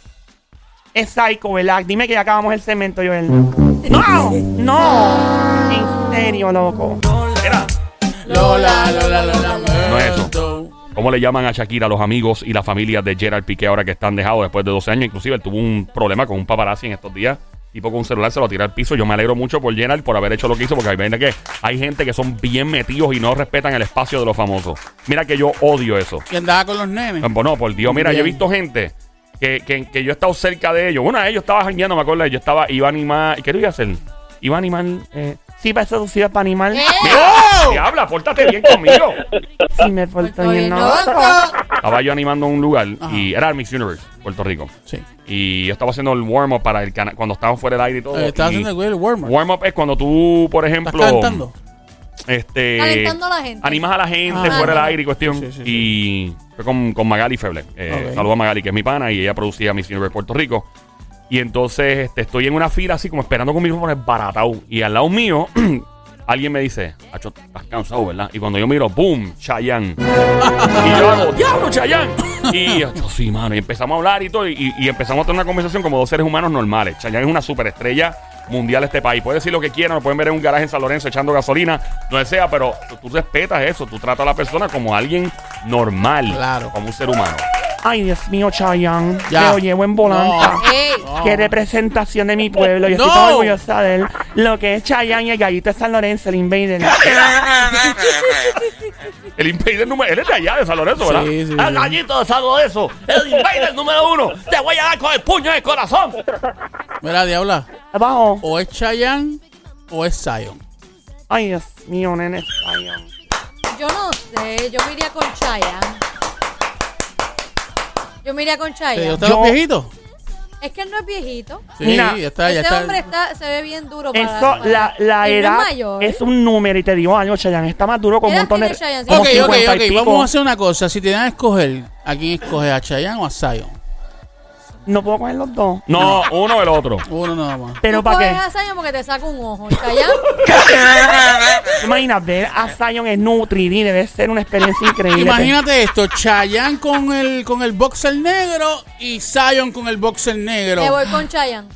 Speaker 4: Es psycho, ¿verdad? Dime que ya acabamos el cemento, Joel. ¡No! ¡No! En serio, loco.
Speaker 1: Mira,
Speaker 3: Lola, Lola, Lola,
Speaker 1: No es ¿cómo le llaman a Shakira los amigos y la familia de Gerard Piqué ahora que están dejados después de 12 años? Inclusive él tuvo un problema con un paparazzi en estos días. Tipo con un celular se lo tira al piso. Yo me alegro mucho por Gerard por haber hecho lo que hizo, porque hay, vaina que hay gente que son bien metidos y no respetan el espacio de los famosos. Mira que yo odio eso.
Speaker 3: Que andaba con los nenes.
Speaker 1: Ah, Bueno, por Dios, mira, yo he
Speaker 3: Bien.
Speaker 1: visto gente que, que- que yo he estado cerca de ellos. Bueno, ellos estaba jangueando, me acuerdo, yo estaba, iba a animar. ¿Qué le iba a hacer? Iba a animar.
Speaker 4: Eh, sí, para eso sí, para animal.
Speaker 2: ¿Eh?
Speaker 1: ¿Qué habla? Pórtate bien conmigo.
Speaker 4: Sí, me
Speaker 2: Pues
Speaker 4: portó bien. No.
Speaker 1: Estaba yo animando un lugar y era el Mix Universe, Puerto Rico.
Speaker 3: Sí. Eh,
Speaker 1: Y yo estaba haciendo el warm-up para el canal cuando estábamos fuera del aire y todo.
Speaker 3: Eh, estaba
Speaker 1: y
Speaker 3: haciendo el güey, el warm-up.
Speaker 1: Warm-up es cuando tú, por
Speaker 3: ¿Estás
Speaker 1: ejemplo,
Speaker 3: cantando?
Speaker 1: este,
Speaker 2: Calentando a la gente.
Speaker 1: animas a la gente
Speaker 3: Ah.
Speaker 1: fuera del aire y cuestión.
Speaker 3: Sí, sí, sí,
Speaker 1: Y fue con, con Magali Feble. Eh,
Speaker 3: Ok.
Speaker 1: Saludos a Magali, que es mi pana, y ella producía Miss Universe Puerto Rico. Y entonces este, estoy en una fila así como esperando con mi micrófono baratao. Y al lado mío, alguien me dice, Acho, estás cansado, ¿verdad? Y cuando yo miro, ¡boom! Chayanne. y yo hago, ¡diablo, Chayanne! y yo, "Acho, sí, mano. Y empezamos a hablar y todo. Y, y empezamos a tener una conversación como dos seres humanos normales. Chayanne es una superestrella mundial de este país. Puede decir lo que quiera, lo pueden ver en un garaje en San Lorenzo echando gasolina, donde sea, pero tú, tú respetas eso. Tú tratas a la persona como alguien normal.
Speaker 3: Claro.
Speaker 1: Como un ser humano.
Speaker 4: Ay, Dios mío, Chayanne.
Speaker 3: Ya.
Speaker 4: Me lo llevo en volanta.
Speaker 3: No.
Speaker 2: ¡Ey!
Speaker 3: No.
Speaker 4: Qué representación de mi pueblo. Yo
Speaker 3: No.
Speaker 4: estoy tan orgullosa de él. Lo que es Chayanne y el gallito de San Lorenzo, el invader.
Speaker 1: El Invader número... Él es de allá, de San Lorenzo,
Speaker 3: Sí,
Speaker 1: ¿verdad?
Speaker 3: sí, sí.
Speaker 1: el gallito de San Lorenzo. El Invader número uno. Te voy a dar con el puño en el corazón.
Speaker 3: Mira, diabla.
Speaker 4: Abajo.
Speaker 3: O es Chayanne o es Zion.
Speaker 4: Ay, Dios mío, nene. Chayanne.
Speaker 2: Yo no sé, yo me iría con Chaya. Yo me iría con
Speaker 3: ¿Te
Speaker 2: Chaya.
Speaker 3: gustan los
Speaker 4: Yo-
Speaker 3: viejitos?
Speaker 2: Es que él no es viejito.
Speaker 3: Sí,
Speaker 4: Mira,
Speaker 3: ya está, ya
Speaker 2: Ese
Speaker 3: está.
Speaker 2: hombre está, se ve bien duro. Para
Speaker 4: Eso, la, la
Speaker 2: Y no es
Speaker 4: edad
Speaker 2: mayor.
Speaker 4: es un número y te digo algo, Chayanne. Está más duro con un
Speaker 2: ¿Qué edad
Speaker 4: montón de.
Speaker 2: tiene Chayanne?
Speaker 4: como
Speaker 3: Ok, ok,
Speaker 4: 50 y
Speaker 3: ok.
Speaker 4: pico.
Speaker 3: Vamos a hacer una cosa. Si te dan a escoger, ¿a quién escoges? ¿A Chayanne o a Zion?
Speaker 4: No puedo coger los dos.
Speaker 1: No, uno o el otro.
Speaker 3: Uno nada más.
Speaker 4: Pero
Speaker 2: para
Speaker 4: ¿para
Speaker 2: qué?
Speaker 4: qué?
Speaker 2: a Zion porque te saca un ojo. Chaya,
Speaker 4: ¿Te imaginas ver a Zion en Nutri Debe ser una experiencia increíble.
Speaker 3: Imagínate esto, Chayanne con el con el boxer negro y Zion con el boxer negro.
Speaker 2: me voy con Chayan.
Speaker 4: O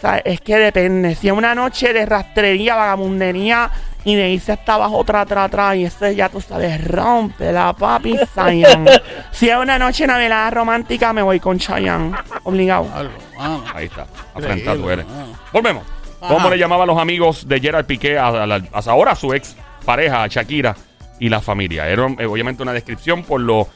Speaker 4: sea, es que depende. Si es una noche de rastrería, vagabundería y de irse hasta abajo, otra, tra, tra, y ese ya tú sabes, rompe la papi Zion. si es una noche en velada romántica, me voy con Chayanne. Obligado.
Speaker 3: Algo, vamos.
Speaker 1: Ahí está.
Speaker 3: Increíble,
Speaker 1: Afrentado eres.
Speaker 3: mano.
Speaker 1: Volvemos.
Speaker 3: Ajá.
Speaker 1: ¿Cómo le llamaba a los amigos de Gerard Piqué a, a la- hasta ahora a su ex pareja, a Shakira y la familia? Era eh, obviamente una descripción por lo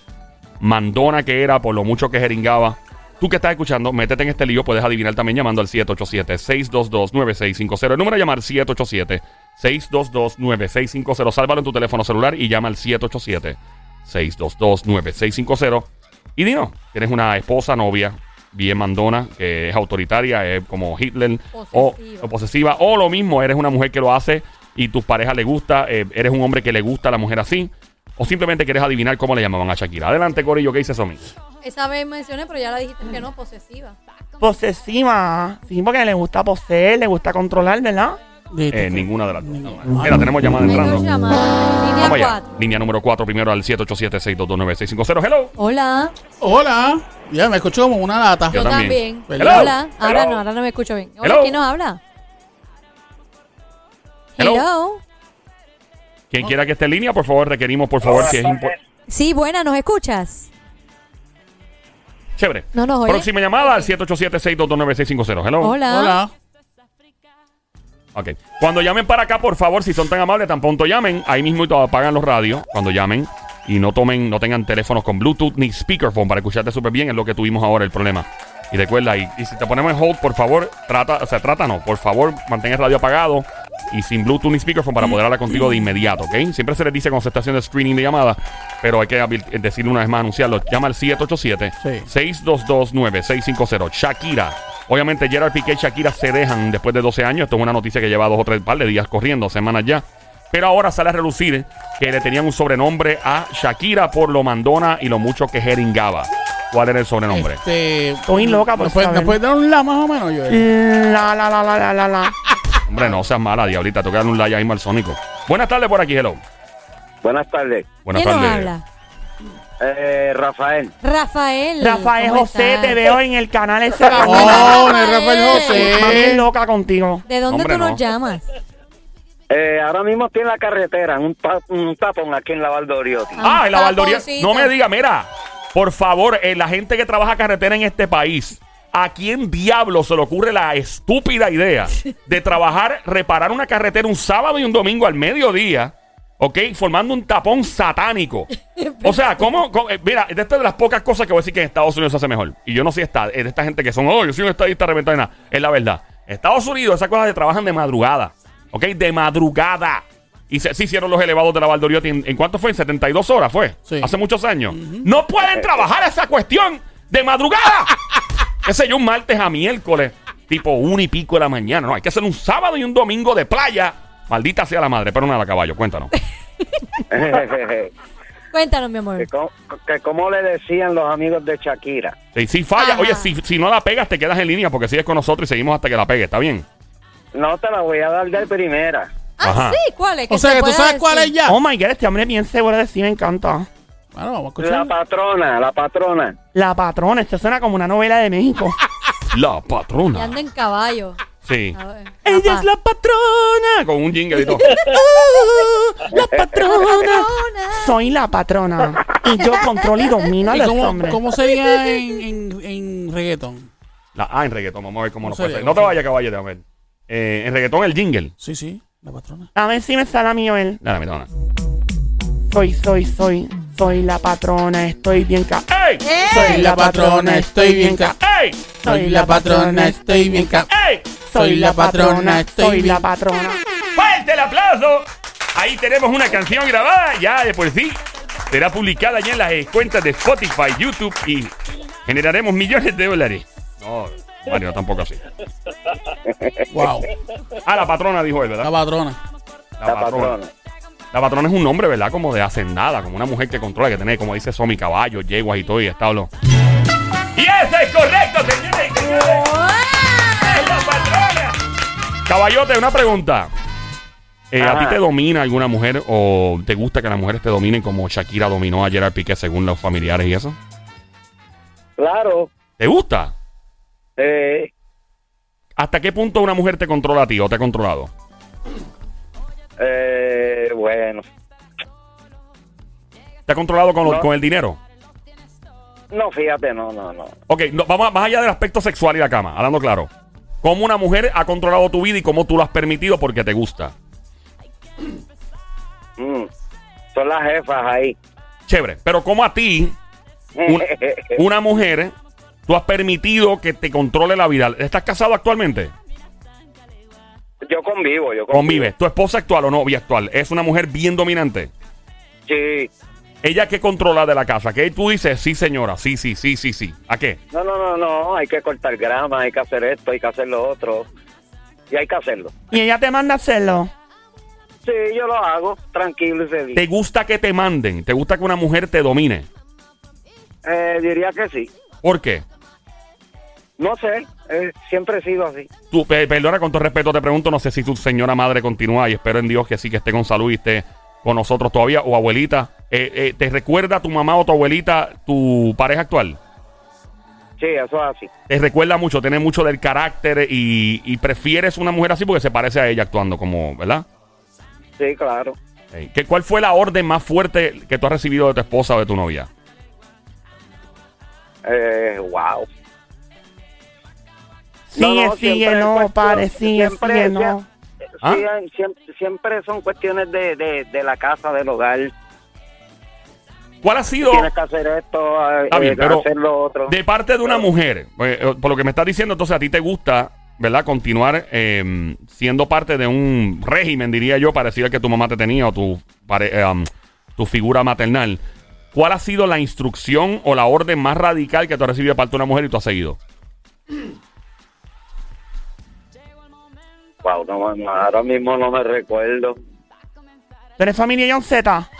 Speaker 1: mandona que era, por lo mucho que jeringaba. Tú que estás escuchando, métete en este lío, puedes adivinar también llamando al 787-622-9650. El número a llamar 787-622-9650. Sálvalo en tu teléfono celular y llama al 787-622-9650. Y dinos, tienes una esposa, novia, bien mandona, que es autoritaria, es como Hitler o,
Speaker 2: Posesiva.
Speaker 1: o posesiva. O lo mismo, eres una mujer que lo hace y tu pareja le gusta, eh, eres un hombre que le gusta a la mujer así. O simplemente quieres adivinar cómo le llamaban a Shakira. Adelante, Corillo, ¿qué dices, Somi?
Speaker 2: Esa vez mencioné, pero ya la dijiste que no, posesiva.
Speaker 4: Posesiva. Sí, porque le gusta poseer, le gusta controlar, ¿verdad?
Speaker 1: Eh,
Speaker 3: Dijiste que-
Speaker 1: ninguna de las dos. Mira, tenemos llamada
Speaker 2: Hay dos
Speaker 1: entrando.
Speaker 2: llamadas. Línea
Speaker 1: Vamos allá.
Speaker 2: 4.
Speaker 1: Línea número 4, primero al 787-622-9650. Hello.
Speaker 2: Hola.
Speaker 3: Hola. Ya me escucho como una lata.
Speaker 1: Yo
Speaker 2: Yo
Speaker 1: también.
Speaker 2: también.
Speaker 1: Hello.
Speaker 2: Hola. Ahora
Speaker 1: Hello.
Speaker 2: no, ahora no me escucho bien.
Speaker 1: Hello.
Speaker 2: Hola, ¿quién nos habla?
Speaker 1: Hello.
Speaker 2: Hello.
Speaker 1: Quien quiera que esté en línea, por favor, requerimos, por favor, que es importante.
Speaker 2: Sí, buena, ¿nos escuchas?
Speaker 1: Chévere.
Speaker 2: No nos oyes.
Speaker 1: Próxima llamada al 787-622-9650. Hello.
Speaker 2: Hola.
Speaker 3: Oh, Hola.
Speaker 1: Ok. Cuando llamen para acá, por favor, si son tan amables, tan pronto llamen. Ahí mismo y todo, apagan los radios cuando llamen. Y no tomen, no tengan teléfonos con Bluetooth ni speakerphone para escucharte súper bien. Es lo que tuvimos ahora el problema. Y recuerda, y, y si te ponemos en hold, por favor, trata, o sea, trátanos. Por favor, mantén el radio apagado y sin Bluetooth ni speakerphone para poder hablar contigo de inmediato, ¿ok? Siempre se les dice cuando se está haciendo screening de llamada, pero hay que habl- decirle una vez más, anunciarlo. Llama al 787
Speaker 3: Sí.
Speaker 1: 6229650. Shakira. Obviamente Gerard Piqué y Shakira se dejan después de 12 años. Esto es una noticia que lleva dos o tres par de días corriendo, semanas ya. Pero ahora sale a relucir que le tenían un sobrenombre a Shakira por lo mandona y lo mucho que jeringaba. ¿Cuál era el sobrenombre?
Speaker 3: Este,
Speaker 4: Estoy loca por
Speaker 3: ¿nos puedes,
Speaker 4: saber.
Speaker 3: nos puedes dar un la más o menos, Joel?
Speaker 4: La, la, la, la, la, la, la.
Speaker 1: Hombre, no seas mala, diablita. Toca darle un like ahí mal sónico. Buenas tardes por aquí, hello.
Speaker 5: Buenas tardes.
Speaker 1: Buenas
Speaker 2: ¿Quién
Speaker 1: tardes.
Speaker 2: nos habla?
Speaker 5: Eh, Rafael.
Speaker 2: Rafael.
Speaker 4: Rafael
Speaker 2: ¿cómo
Speaker 4: José,
Speaker 2: estás?
Speaker 4: te veo en el canal ese. Mami
Speaker 3: ¡Oh, no es Rafael
Speaker 4: es
Speaker 3: José!
Speaker 4: loca contigo.
Speaker 2: ¿De dónde
Speaker 1: Hombre,
Speaker 2: tú nos
Speaker 1: no.
Speaker 2: llamas?
Speaker 5: Eh, ahora mismo estoy en la carretera, en un, ta- un tapón aquí en la Valdoriotti.
Speaker 1: Ah, en la Valdoria.
Speaker 2: Taponcito.
Speaker 1: No me diga, mira, por favor, eh, la gente que trabaja carretera en este país, ¿a quién diablo se le ocurre la estúpida idea de trabajar, reparar una carretera un sábado y un domingo al mediodía? ¿Ok? Formando un tapón satánico. O sea, ¿cómo? cómo- eh, mira, esta es de las pocas cosas que voy a decir que en Estados Unidos se hace mejor. Y yo no soy esta, eh, de esta gente que son, oh, yo soy un estadista reventado y nada. Es la verdad. En Estados Unidos esas cosas se trabajan de madrugada. ¿Ok? De madrugada. Y se, se hicieron los elevados de la Valdoriotti. ¿En, en cuánto fue? ¿En 72 horas fue?
Speaker 3: Sí.
Speaker 1: Hace muchos años. No pueden trabajar esa cuestión de madrugada. Qué sé yo, un martes a miércoles, tipo una y pico de la mañana. No, hay que hacer un sábado y un domingo de playa. Maldita sea la madre. Pero nada, caballo, cuéntanos.
Speaker 5: que,
Speaker 2: Cuéntanos, mi
Speaker 1: Eh,
Speaker 2: amor.
Speaker 5: co- que como le decían los amigos de Shakira.
Speaker 1: Sí, si falla,
Speaker 2: Ajá.
Speaker 1: oye, si, si no la pegas, te quedas en línea porque sigues con nosotros y seguimos hasta que la pegue, ¿está bien?
Speaker 5: No te la voy a dar de primera.
Speaker 2: Ah,
Speaker 1: Ajá.
Speaker 2: sí, ¿cuál es?
Speaker 3: O sea,
Speaker 2: se
Speaker 3: que tú
Speaker 2: pueda
Speaker 3: sabes cuál es
Speaker 2: decir?
Speaker 3: ya.
Speaker 4: Oh my god, este hombre es bien seguro de sí, me encanta.
Speaker 3: Bueno, vamos a
Speaker 5: La
Speaker 3: escuchar.
Speaker 5: patrona, la patrona.
Speaker 4: La patrona, esto suena como una novela de México.
Speaker 1: La
Speaker 2: Y
Speaker 1: patrona.
Speaker 2: anda en caballo.
Speaker 1: Sí.
Speaker 2: A ver,
Speaker 4: Ella
Speaker 2: papá.
Speaker 4: es la patrona.
Speaker 1: Con un jingle y todo.
Speaker 4: Ah, la patrona. Soy la patrona. Y yo controlo y domino a
Speaker 3: ¿Y
Speaker 4: los
Speaker 3: cómo,
Speaker 4: hombres.
Speaker 3: cómo sería en, en, en reggaetón?
Speaker 1: La, ah, en reggaetón, vamos a ver cómo nos
Speaker 3: serio?
Speaker 1: puede ser. No te vayas, caballo, déjame ver. Eh, en reggaetón, el jingle.
Speaker 3: Sí, sí, la patrona.
Speaker 4: A ver si me sale a mí o él.
Speaker 1: Nada, mi dona.
Speaker 4: Soy, soy, soy. Soy la patrona, estoy bien ca.
Speaker 1: ¡Ey!
Speaker 4: ¿Eh?
Speaker 3: Soy la patrona, estoy bien ca...
Speaker 1: ¡Ey!
Speaker 3: Soy la patrona, estoy bien ca...
Speaker 1: ¡Ey!
Speaker 4: Soy la patrona, soy
Speaker 3: bien-
Speaker 4: la patrona.
Speaker 1: ¡Fuerte el aplauso! Ahí tenemos una canción grabada ya de por sí. Será publicada ya en las eh, cuentas de Spotify, YouTube y generaremos millones de dólares. No, Mario, tampoco así.
Speaker 3: Wow,
Speaker 1: Ah, la patrona dijo él,
Speaker 3: la
Speaker 1: ¿verdad?
Speaker 3: patrona.
Speaker 5: La patrona.
Speaker 1: La patrona es un nombre, ¿verdad? Como de hacendada, como una mujer que controla, que tiene, como dice Somi, caballos, yeguas y todo, y establo. ¡Y eso es correcto, señores y señores! ¡Es la patrona! Caballote, una pregunta. Eh, ¿A
Speaker 5: Ajá.
Speaker 1: ti te domina alguna mujer o te gusta que las mujeres te dominen como Shakira dominó a Gerard Piqué según los familiares y eso?
Speaker 5: Claro.
Speaker 1: ¿Te gusta?
Speaker 5: eh,
Speaker 1: ¿Hasta qué punto una mujer te controla a ti o te ha controlado?
Speaker 5: eh, bueno.
Speaker 1: ¿Te ha controlado con, lo-
Speaker 5: No.
Speaker 1: con el dinero?
Speaker 5: No, fíjate, no, no, no.
Speaker 1: Ok, no, vamos a- más allá del aspecto sexual y la cama, hablando claro. ¿Cómo una mujer ha controlado tu vida y cómo tú lo has permitido porque te gusta?
Speaker 5: Mm, Son las jefas ahí.
Speaker 1: Chévere. Pero ¿cómo a ti, un- una mujer, tú has permitido que te controle la vida? ¿Estás casado actualmente?
Speaker 5: yo convivo, yo convivo.
Speaker 1: Convive. ¿Tu esposa actual o novia actual es una mujer bien dominante?
Speaker 5: Sí.
Speaker 1: ¿Ella que controla de la casa? ¿Qué tú dices? Sí, señora. Sí, sí, sí, sí, sí. ¿A qué?
Speaker 5: No, no, no, no, hay que cortar grama, hay que hacer esto, hay que hacer lo otro. Y hay que hacerlo.
Speaker 4: Y ella te manda a hacerlo.
Speaker 5: Sí, yo lo hago, tranquilo y feliz.
Speaker 1: ¿Te gusta que te manden? ¿Te gusta que una mujer te domine?
Speaker 5: Eh, diría que sí.
Speaker 1: ¿Por qué?
Speaker 5: No sé, eh, siempre he sido así.
Speaker 1: Tú, pe- perdona, con todo respeto te pregunto, no sé si tu señora madre continúa y espero en Dios que sí, que esté con salud y esté con nosotros todavía, o abuelita. Eh, eh, ¿Te recuerda tu mamá o tu abuelita tu pareja actual?
Speaker 5: Sí, eso es así.
Speaker 1: Te recuerda mucho, tiene mucho del carácter y, y prefieres una mujer así porque se parece a ella actuando como, ¿verdad?
Speaker 5: Sí, claro.
Speaker 1: Ey, ¿Qué, ¿Cuál fue la orden más fuerte que tú has recibido de tu esposa o de tu novia?
Speaker 5: Eh, wow. No,
Speaker 4: Sigue,
Speaker 5: no,
Speaker 4: sigue,
Speaker 5: siempre
Speaker 4: no,
Speaker 5: cuestión-
Speaker 4: pare, sigue,
Speaker 5: siempre-
Speaker 4: sigue, no.
Speaker 1: ¿Ah?
Speaker 5: Sí, siempre, siempre son cuestiones de, de, de la casa, del hogar.
Speaker 1: ¿Cuál ha sido
Speaker 5: Tienes que hacer esto, eh,
Speaker 1: Está bien,
Speaker 5: eh,
Speaker 1: pero
Speaker 5: hacer lo otro.
Speaker 1: de parte de una mujer? eh, eh, por lo que me estás diciendo, entonces a ti te gusta, ¿verdad? Continuar eh, siendo parte de un régimen, diría yo, parecido al que tu mamá te tenía o tu, pare- eh, um, tu figura maternal. ¿Cuál ha sido la instrucción o la orden más radical que tú has recibido de parte de una mujer y tú has seguido?
Speaker 5: Wow, no, no, ahora mismo no me recuerdo.
Speaker 4: ¿Tú eres familia John Z?